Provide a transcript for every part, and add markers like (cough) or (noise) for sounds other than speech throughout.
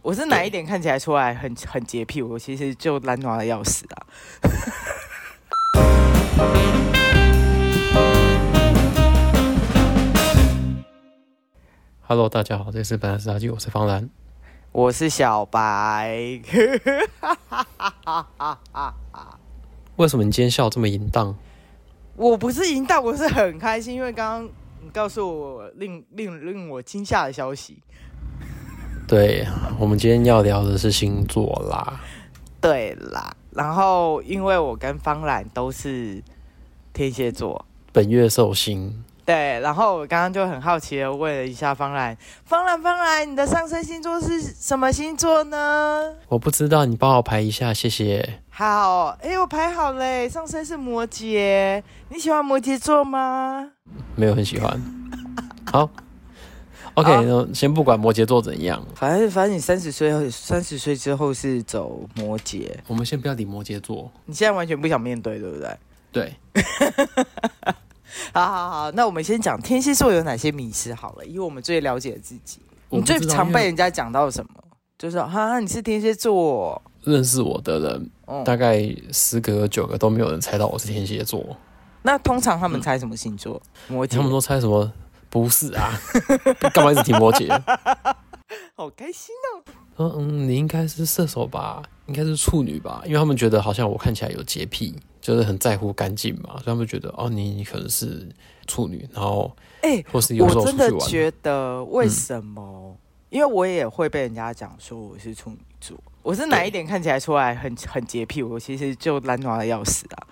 我是哪一点看起来出来很很洁癖？我其实就懒惰的要死啊！ Hello，大家好，这里是本来是垃圾，我是方兰。我是小白， (laughs) 为什么你今天笑这么淫荡？我不是淫荡，我是很开心，因为刚刚你告诉我令令令我惊吓的消息。对我们今天要聊的是星座啦。对啦，然后因为我跟方兰都是天蝎座，本月寿星，对，然后我刚刚就很好奇的问了一下方兰，方兰方兰，你的上升星座是什么星座呢？我不知道，你帮我排一下，谢谢。好，哎、我排好嘞，上升是摩羯，你喜欢摩羯座吗？没有很喜 (laughs) 欢。好，OK，好那先不管摩羯座怎样，反正反正你三十岁后，三十岁之后是走摩羯，我们先不要理摩羯座。你现在完全不想面对，对不对？对，好好好，那我们先讲天蝎座有哪些迷失好了，以我们最了解的自己，我你不知道最常被因为人家讲到什么？就是说哈，你是天蝎座，认识我的人，嗯，大概十个九个都没有人猜到我是天 (laughs) 蝎座，那通常他们猜什么星座？摩羯嗯他们，都猜什么？不是啊，干嘛一直提摩羯？好开心说嗯，你应该是射手吧，应该是处女吧，因为他们觉得好像我看起来有洁癖，就是很在乎干净嘛，所以他们觉得哦，你你可能是处女，然后哎、或是有时候我真出的去玩，嗯觉得，为什么？因为我也会被人家讲说我是处女座，我是哪一点看起来出来很很洁癖？我其实就懒惰的要死啊！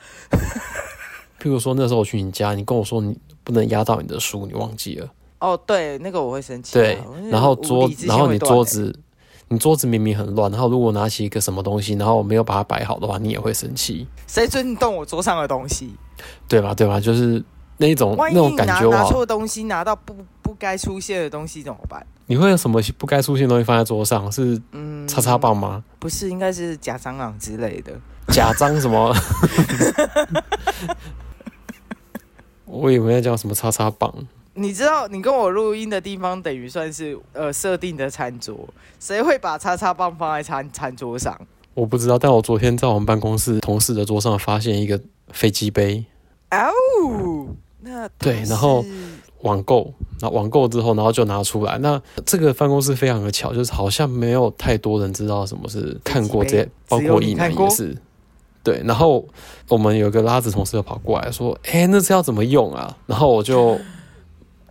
譬如说那时候我去你家，你跟我说你不能压到你的书，你忘记了，哦，对，那个我会生气啊、对我那，个然后无桌理，之然心后会你断欸桌，子。你桌子明明很乱，然后如果拿起一个什么东西，然后我没有把它摆好的话，你也会生气，欸谁准你动我桌上的东西？对对吧？对吧？就是那一种万那一种你感拿觉哇，拿错东西，拿到不不该出现的东西怎么办？你会有什么不该出现的东西放在桌上？是嗯，叉叉棒吗？不是，应该是假蟑螂之类的。假装什么？我以为在讲什么叉叉棒，你知道，你跟我录音的地方等于算是呃设定的餐桌，谁会把叉叉棒放在餐餐桌上？我不知道。但我昨天在我们办公室同事的桌上发现一个飞机杯，哦，那它对然后是网购，然后网购之后，然后就拿出来。那这个办公室非常的巧，就是好像没有太多人知道什么是看过这飞机些杯，包只有括你一男看过也是。对，然后我们有一个拉子同事就跑过来说：“哎、那是要怎么用啊？”然后我就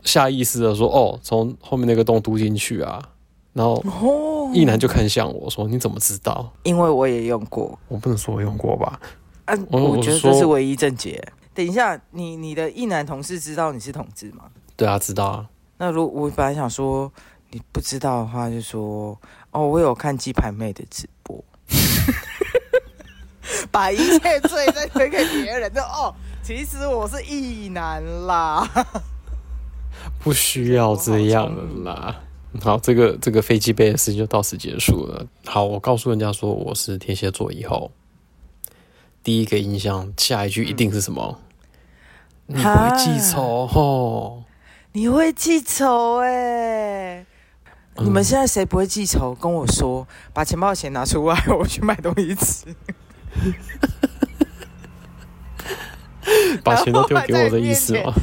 下意识的说：“哦，从后面那个洞嘟进去啊。”然后哦，一男就看向我说：“你怎么知道因为我也用过，？”我不能说我用过吧？啊，嗯我我觉得我说这是唯一正解。等一下，你你的一男同事知道你是同志吗？对啊，知道啊。那如我本来想说你不知道的话，就说哦，我有看鸡排妹的直播， (laughs) 把一切罪再推给别人，就哦，其实我是异男啦。不需要这样了啦。好，这个这个飞机杯的事情就到此结束了。好，我告诉人家说我是天蝎座以后，第一个印象，下一句一定是什么？你不会记仇哦吼？你会记仇哎、嗯你们现在谁不会记仇？跟我说，把钱包的钱拿出来，我去买东西吃。把钱都丢给我的意思然后吗？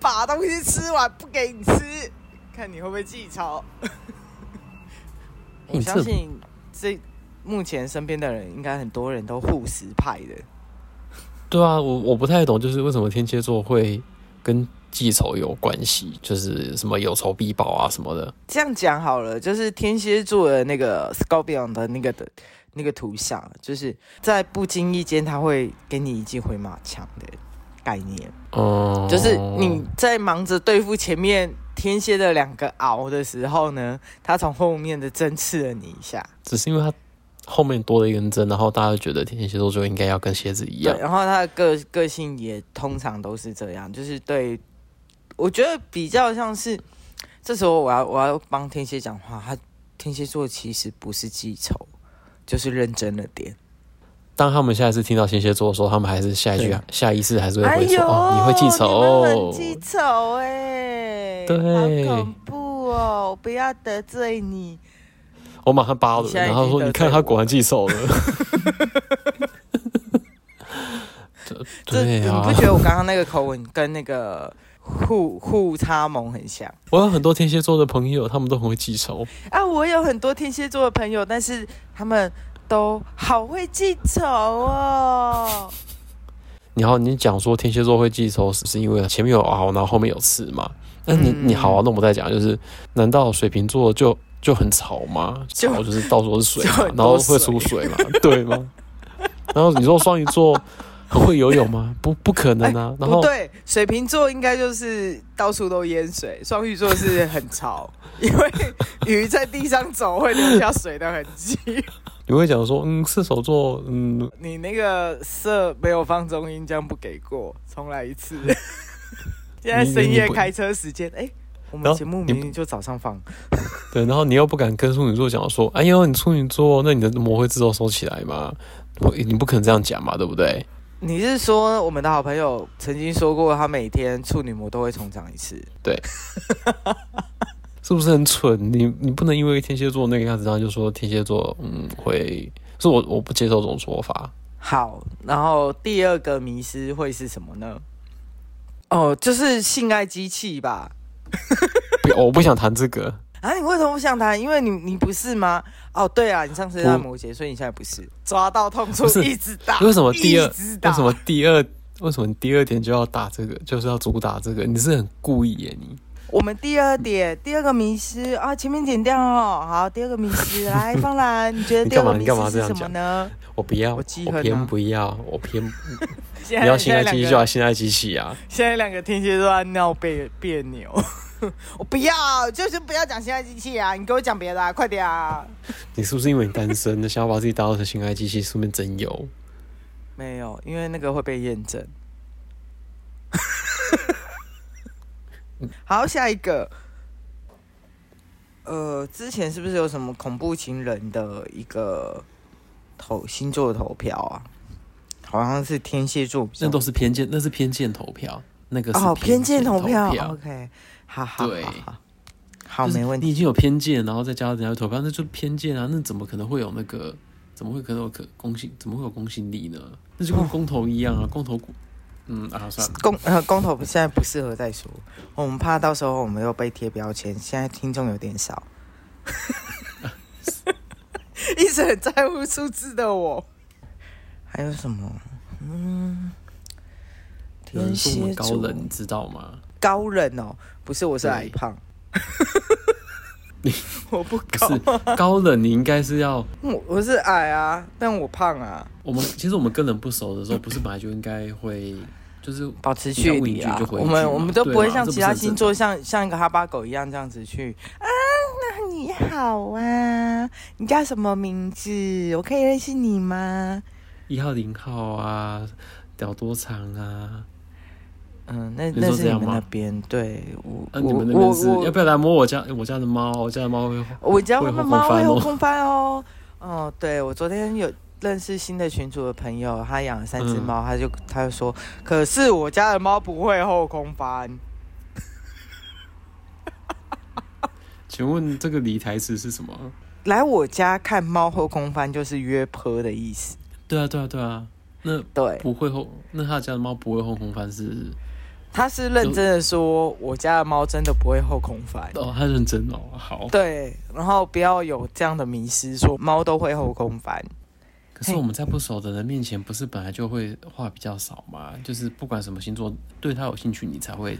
把东西吃完不给你吃，看你会不会记 (laughs) 仇。我你这相信这目前身边的人，应该很多人都护食派的。对啊，我我不太懂，就是为什么天蝎座会跟记仇有关系，就是什么有仇必报啊什么的。这样讲好了，就是天蝎座的那个 Scorpion 的那个的那个图像，就是在不经意间，他会给你一记回马枪的概念。哦、就是你在忙着对付前面天蝎的两个鳌的时候呢，他从后面的针刺了你一下，只是因为它后面多了一根针，然后大家就觉得天蝎座就应该要跟蝎子一对样，，然后他的个个性也通常都是这样，就是对，我觉得比较像是，这时候我要我要帮天蝎讲话，他天蝎座其实不是记仇，就是认真了点。当他们下一次听到天蝎座的时候，他们还是下一句对哎下意识还是会回说、哦，你会记仇你们很记哦。仇哎、对好恐怖哦，不要得罪你。我马上扒了你，现在然后他已经说得罪你看他我果然记仇了。 (laughs) 这对你啊不，觉得我刚刚那个口吻跟那个互互插盟很像？我有很多天蝎座的朋友，他们都很会记仇。啊，我有很多天蝎座的朋友，但是他们都好会记仇哦。然后你讲说天蝎座会记仇，是是因为前面有熬，然后后面有刺嘛？那你嗯你好啊，那我们再讲，就是难道水瓶座就就很吵吗？就吵就是到处都是水就嘛很，然后多会出水嘛， (laughs) 对吗？然后你说双鱼座很会游泳吗？不不可能啊！ (laughs) 然哎不后对，水瓶座应该就是到处都淹水，双鱼座是很潮，因为鱼在地上走会留下水的痕迹。你会讲说，嗯，射手座，嗯， (laughs) 你那个色没有放中音，这样不给过，重来一 (laughs) 次。现在深夜开车时间，哎、我然们后节目你明明就早上放，对，然后你又不敢跟处女座讲说，哎呦，你处女座，那你的膜会自动收起来吗？我你不可能这样讲嘛，对不对？你是说我们的好朋友曾经说过，他每天处女膜都会重长一次？是不是很蠢？你你不能因为天蝎座那个样子，然后就说天蝎座，嗯，会，是我我不接受这种说法。好，然后第二个迷失会是什么呢？哦，就是性爱机器吧。不，我不想谈这个。啊， (laughs) 你为什么不想谈？因为你你不是吗？哦，对啊，你上次在我摩羯，所以你现在不是。抓到痛处不 (laughs) 是一直打，为什么第二一直打为什么第二为什么第二点就要打这个，就是要主打这个？你是很故意耶你。我们第二点，第二个迷失啊，前面剪掉哦。好，第二个迷失，来，方兰，你觉得 (laughs) 你第二干嘛个迷你干嘛失这是样什么呢？我不要，我我记恨啊偏不要，我偏 (laughs) 现你要心爱现机器在两就要个心爱机器啊！现在两个天蝎都在闹别别扭。 (laughs) 我不要，就是不要讲现在机器啊！你给我讲别的、啊，快点啊！你是不是因为你单身，你想要把自己打造成心爱机器，顺便增油？没有，因为那个会被验证。 (laughs) 好，下一个。呃，之前是不是有什么恐怖情人的一个投星座投票啊？好像是天蝎座比较，那都是偏见，那是偏见投票，那个是哦偏见投投票。OK，好好对好好，好就是没问你题。已经有偏见，然后再加上人家去投票，那就是偏见啊！那怎么可能会有那个？怎么会可能有可公信？怎么会有公信力呢？那就跟公投一样啊！公投，嗯啊，算了，公呃公投现在不适合再说，我们怕到时候我们又被贴标签。现在听众有点少， (laughs) 一直很在乎数字的我。还有什么？嗯，有天人说我蝎们高座冷，你知道吗？高冷哦，不是我是对矮胖。你我不不高，是高冷，你应该是要我我是矮啊，但我胖啊，我们其实我们跟人不熟的时候，不是本来就应该会就是保持你要距问一离句啊就。回一我们句我嘛们都对不会嘛像这其不是他很星正座像像一个哈巴狗一样这样子去啊，那你好啊，你叫什么名字？我可以认识你吗？一号零号啊，屌多长啊？嗯，那你那说是这你样们吗那边对我啊，你我们那我边是我要不要来摸我家我家的猫？我家的猫会我家会会慢后慢会空翻后哦空翻哦。哦，对，我昨天有认识新的群主的朋友，他养了三只嗯猫，他就他就说，可是我家的猫不会后空翻。请问这个离台词是什么？来我家看猫后空翻就是约坡的意思。对啊，对啊，对啊。那对，不会后，那他家的猫不会后空翻是？他是认真的说，我家的猫真的不会后空翻。哦，他认真哦，好。对，然后不要有这样的迷失，说猫都会后空翻。可是我们在不熟的人面前，不是本来就会话比较少嘛？就是不管什么星座，对他有兴趣，你才会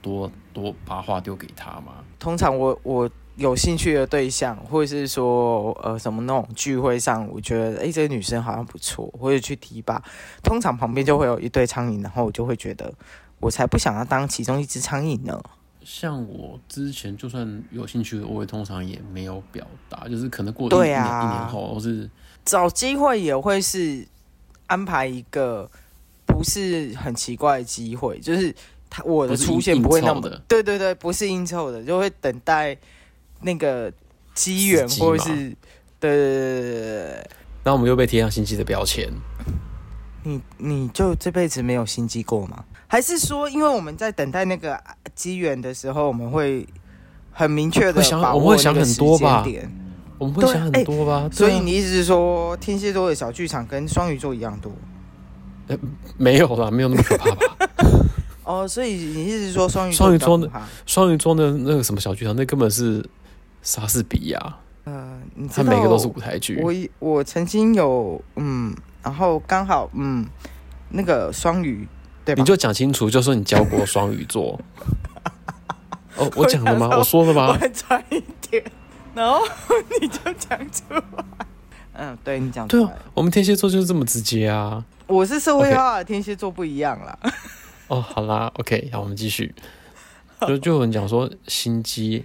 多多把话丢给他嘛。通常我我有兴趣的对象，或者是说呃什么那种聚会上，我觉得诶这个女生好像不错，或者去提吧，通常旁边就会有一堆苍蝇，然后我就会觉得我才不想要当其中一只苍蝇呢。像我之前就算有兴趣，我也通常也没有表达，就是可能过一对一啊年一年后，或是找机会也会是安排一个不是很奇怪的机会，就是他我的不是出现硬不会那么硬凑的对对对，不是应酬的，就会等待那个机缘时机嘛或者是对对对对对对，那我们又被贴上心机的标签。你你就这辈子没有心机过吗？还是说，因为我们在等待那个机缘的时候，我们会很明确的会想把我们握会想那个很多时间吧点？我们会想对很哎多吧？对所以啊你意思是说，天蝎座的小剧场跟双鱼座一样多？没有啦，没有那么可怕吧？哦，所以你意思是说双鱼双鱼座的的？双鱼座的那个什么小剧场，那根本是莎士比亚，呃，你知他道每个都是舞台剧。我以我曾经有嗯，然后刚好嗯，那个双鱼对吧？你就讲清楚，就说你教过双鱼 (laughs) 座。哦，我讲了吗？我说了吗？婉转一点，然后你就讲出来。嗯，对你讲出对来啊，我们天蝎座就是这么直接啊。我是社会 OK 化的天蝎座不一样啦。哦，好啦，OK，好，我们继续。就就有人讲说心机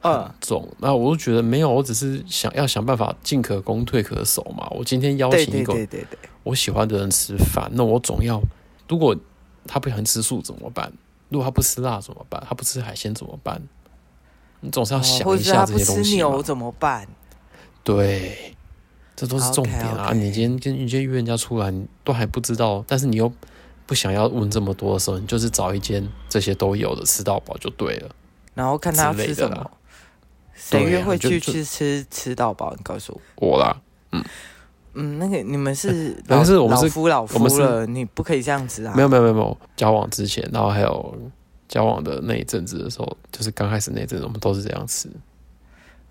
很嗯，重，那我就觉得没有，我只是想要想办法进可攻退可守嘛。我今天邀对请一对个对对对，我喜欢的人吃饭，那我总要，如果他不喜欢吃素怎么办？如果他不吃辣怎么办？他不吃海鲜怎么办？你总是要哦或想一者是他下这不些吃东西嘛。啊牛怎么办？对，这都是重点啊！ OK，OK 你今天跟你今天约人家出来，你都还不知道，但是你又不想要问这么多的时候，你就是找一间这些都有的吃到饱就对了。然后看他之类吃的什啦么。谁对啊约会就去就吃吃吃到饱？你告诉我。我啦，嗯，那个你们 (laughs) 是但老是我们老是夫老我们夫是了，你不可以这样子啊！没有没有没有没有，交往之前，然后还有交往的那一阵子的时候，就是刚开始那一阵子，我们都是这样吃。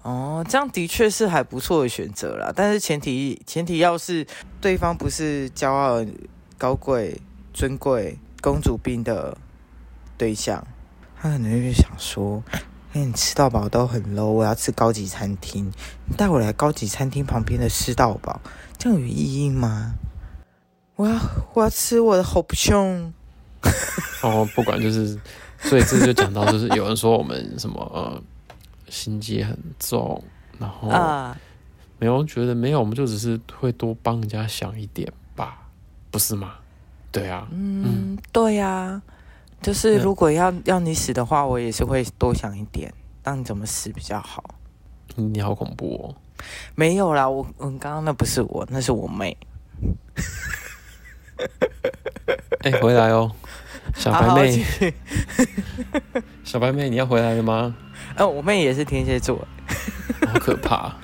哦，这样的确是还不错的选择啦，但是前提前提要是对方不是骄傲、高贵、尊贵、公主病的对象，他可能会想说：“哎、你吃到饱都很 low，我要吃高级餐厅，你带我来高级餐厅旁边的吃到饱，这样有意义吗？”我要我要吃我的 h o p 哦，不管就是，所以这就讲到，就是有人说我们什么呃心机很重，然后啊，没有觉得没有，我们就只是会多帮人家想一点吧，不是吗？对啊，嗯，对呀、就是那如果要要你死的话，我也是会多想一点，让你怎么死比较好。你好恐怖哦！没有啦，我嗯，刚刚那不是我，那是我妹。哎、回来哦，小白啊好好妹继，续 (laughs) 小白妹，你要回来了吗？呃，我妹也是天蝎座，好可怕。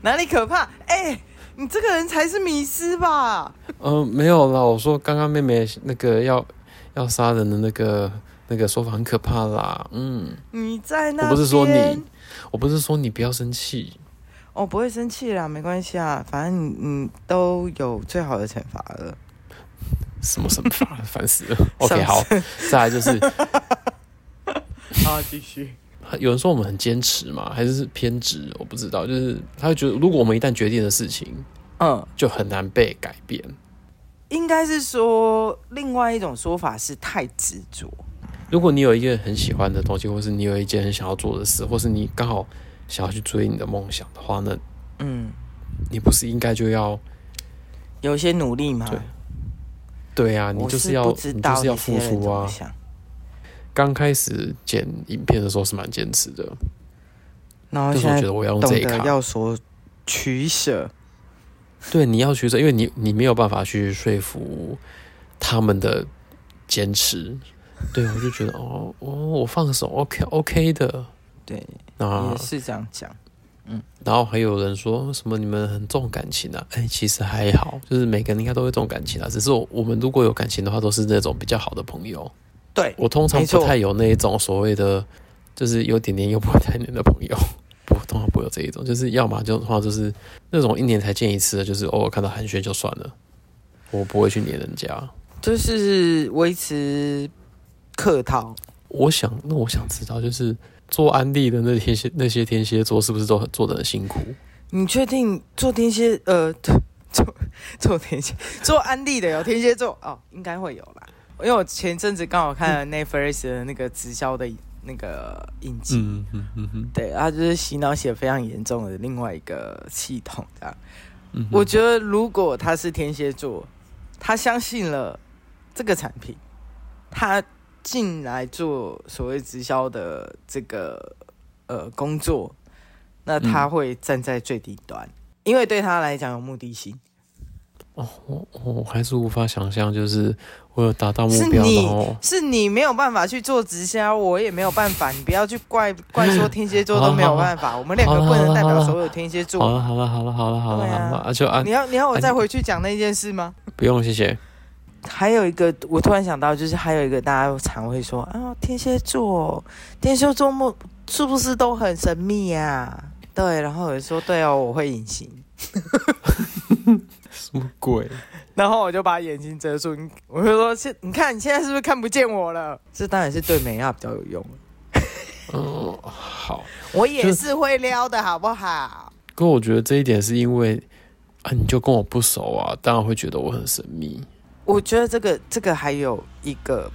哪里可怕？哎、你这个人才是迷失吧？嗯、没有啦，我说刚刚妹妹那个要要杀人的那个那个说法很可怕啦。嗯，你在那我不是说边你，我不是说你不要生气，我不会生气啦，没关系啊，反正你你都有最好的惩罚了。什么惩罚，烦死 (laughs) 了。OK，上好，再 (laughs) 来就是啊，继续。有人说我们很坚持嘛，还是偏执，我不知道。就是他会觉得，如果我们一旦决定的事情，嗯，就很难被改变。应该是说另外一种说法是太执着。如果你有一个很喜欢的东西，或是你有一件很想要做的事，或是你刚好想要去追你的梦想的话，那嗯，你不是应该就要有一些努力嘛。对对啊，你我就是是要不知你道就是要那些付人出怎么啊。想刚开始剪影片的时候是蛮坚持的，然后就是现我在觉得我要用懂这一得卡。要所取舍。对，你要取舍，因为你你没有办法去说服他们的坚持。对，我就觉得哦，我、我放手，OK OK 的。对，那也是这样讲。然后还有人说什么你们很重感情啊？哎，其实还好，就是每个人应该都会重感情啊。只是我我们如果有感情的话，都是那种比较好的朋友。对我通常没错不太有那一种所谓的，就是有点黏又不会太黏的朋友，不通常不会有这一种。就是要么就的话就是那种一年才见一次的，就是偶尔看到寒暄就算了，我不会去黏人家。就是维持客套。我想，那我想知道，就是做安利的那天蝎那些天蝎座是不是都很做的很辛苦？你确定做天蝎呃做做做天蝎做安利的有天蝎座哦，应该会有啦。因为我前阵子刚好看嗯了 Netflix 的那个直销的那个影集，嗯嗯嗯嗯对，它就是洗脑写得非常严重的另外一个系统这样。嗯我觉得如果他是天蝎座，他相信了这个产品，他进来做所谓直销的这个呃工作，那他嗯会站在最顶端，因为对他来讲有目的性。哦，我我我还是无法想象，就是我有达到目是标，你然后是你没有办法去做直销，我也没有办法，你不要去 (laughs) 怪怪说天蝎座都没有办法，我们两个不能代表所有天蝎好座。了好了好了好了好了对啊好了，啊就按你要你要我啊再你回去讲那件事吗？不用谢谢。还有一个，我突然想到，就是还有一个大家常会说啊，天蝎座，天蝎座末是不是都很神秘啊？对，然后有人说对哦，我会隐形，什么鬼？然后我就把眼睛遮住，你我就说现你看你现在是不是看不见我了？这当然是对美亚比较有用，嗯，好。我也就是会撩的好不好？可我觉得这一点是因为啊，你就跟我不熟啊，当然会觉得我很神秘。我觉得这个这个还有一个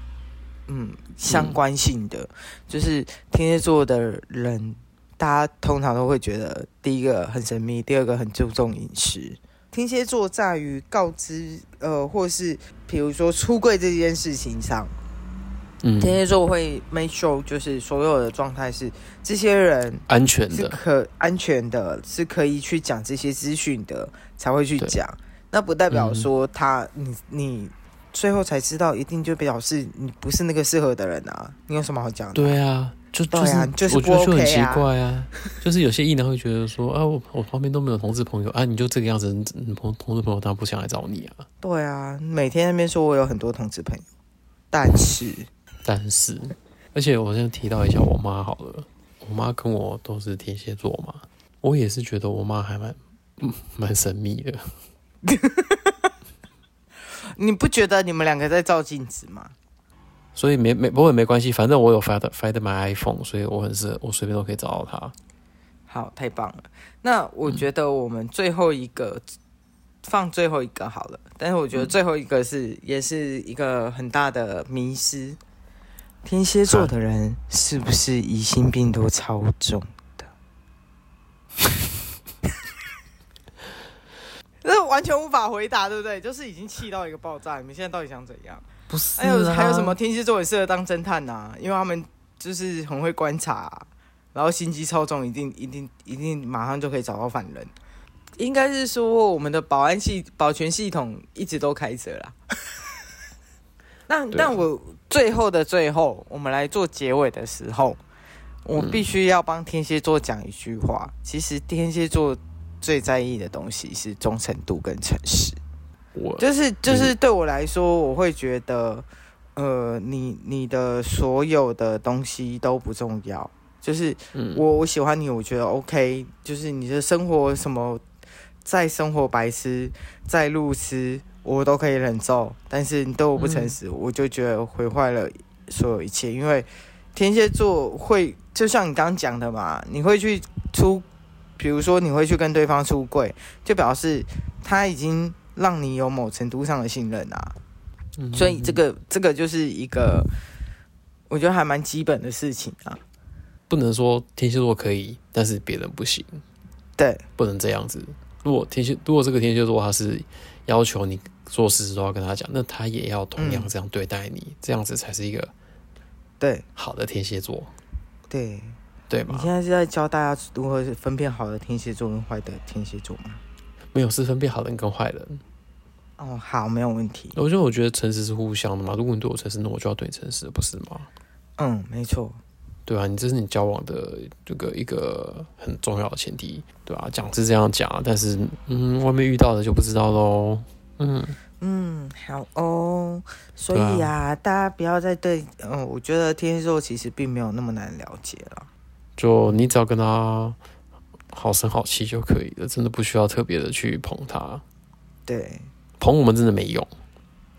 嗯相关性的，就是天蝎座的人，大家通常都会觉得第一个很神秘，第二个很注重饮食。天蝎座在于告知呃，或是比如说出柜这件事情上，嗯，天蝎座会 make sure 就是所有的状态是这些人安全是的，可安全的，是可以去讲这些资讯的，才会去对讲。那不代表嗯说他、你你最后才知道，一定就表示你不是那个适合的人啊！你有什么好讲的？对啊，就对是啊就是我觉得不就很 OK 奇啊怪啊，就是有些异男会觉得说啊，我我旁边都没有同志朋友啊，你就这个样子，你你同同志朋友当然不想来找你啊。对啊，每天在那边说我有很多同志朋友，但是但是，而且我先提到一下我妈好了，我妈跟我都是天蝎座嘛，我也是觉得我妈还蛮嗯蛮神秘的。你不觉得你们两个在照镜子吗？所以没没不过也没关系，反正我有 find find my iPhone，所以我很是我随便都可以找到它。好，太棒了！那我觉得我们最后一个、放最后一个好了，但是我觉得最后一个是、也是一个很大的迷失。天蝎座的人是不是疑心病都超重的？ (laughs) 这完全无法回答，对不对？就是已经气到一个爆炸。你们现在到底想怎样？不啊是、还有哎还有什么？天蝎座也适合当侦探呐、因为他们就是很会观察、然后心机超重，一定一定一定马上就可以找到犯人。应该是说我们的保安系保全系统一直都开着 (laughs) 啦。那对啊那我最后的最后，我们来做结尾的时候，我必须要帮天蝎座讲一句话。其实天蝎座最在意的东西是忠诚度跟诚实。我就是就就是是对我来说，我会觉得，呃，你你的所有的东西都不重要，就是嗯我我喜欢你，我觉得 OK，就是你的生活什么，再生活白痴，再路痴，我都可以忍受，但是你对我不诚实，我就觉得毁坏了所有一切，因为天蝎座会就像你刚刚讲的嘛，你会去出，比如说你会去跟对方出柜，就表示他已经让你有某程度上的信任啊，嗯所以这个这个就是一个我觉得还蛮基本的事情啊。不能说天蝎座可以，但是别人不行，对，不能这样子。如果天蝎如果这个天蝎座他是要求你做事都要跟他讲，那他也要同样嗯这样对待你，这样子才是一个对好的天蝎座，对，对你吗现？在是在教大家如何分辨好的天蝎座跟坏的天蝎座吗？没有是分辨好人跟坏人。哦，好，没有问题。我觉得我觉得诚实是互相的嘛，如果你对我诚实，那我就要对你诚实，不是吗？嗯，没错。对啊，你这是你交往的这个一个很重要的前提，对啊，讲是这样讲啊，但是嗯，外面遇到的就不知道喽。嗯，嗯，好哦。所对啊以啊，大家不要再对，嗯，我觉得天蝎座其实并没有那么难了解了。就你只要跟他好声好气就可以了，真的不需要特别的去捧他，对，捧我们真的没用。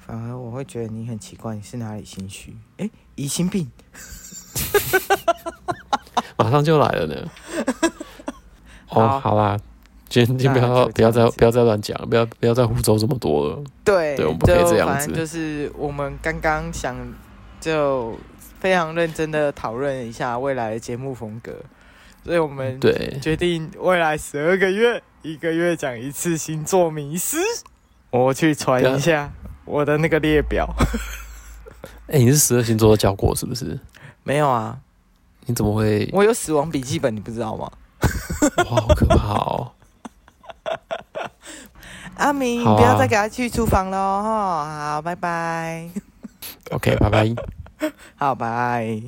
反而我会觉得你很奇怪，你是哪里心虚？哎，疑心病。马上就来 (laughs) 了呢。哦，好好啦，今天今天不那要就不要这再样子不要再乱讲，不要不要再胡诌这么多了。对，对我们不可以就这样反正子就是我们刚刚想就非常认真的讨论一下未来的节目风格，所以我们对， (laughs) 决定未来十二个月一个月讲一次星座迷失。我去传一下我的那个列表，哎、你是十二星座都教过是不是？ (laughs) 没有啊，你怎么会？ (laughs) 我有死亡笔记本，你不知道吗？哇，好可怕哦！阿明，好啊你不要再给他去厨房喽，哦哈，好，拜拜， OK，拜拜。好，拜。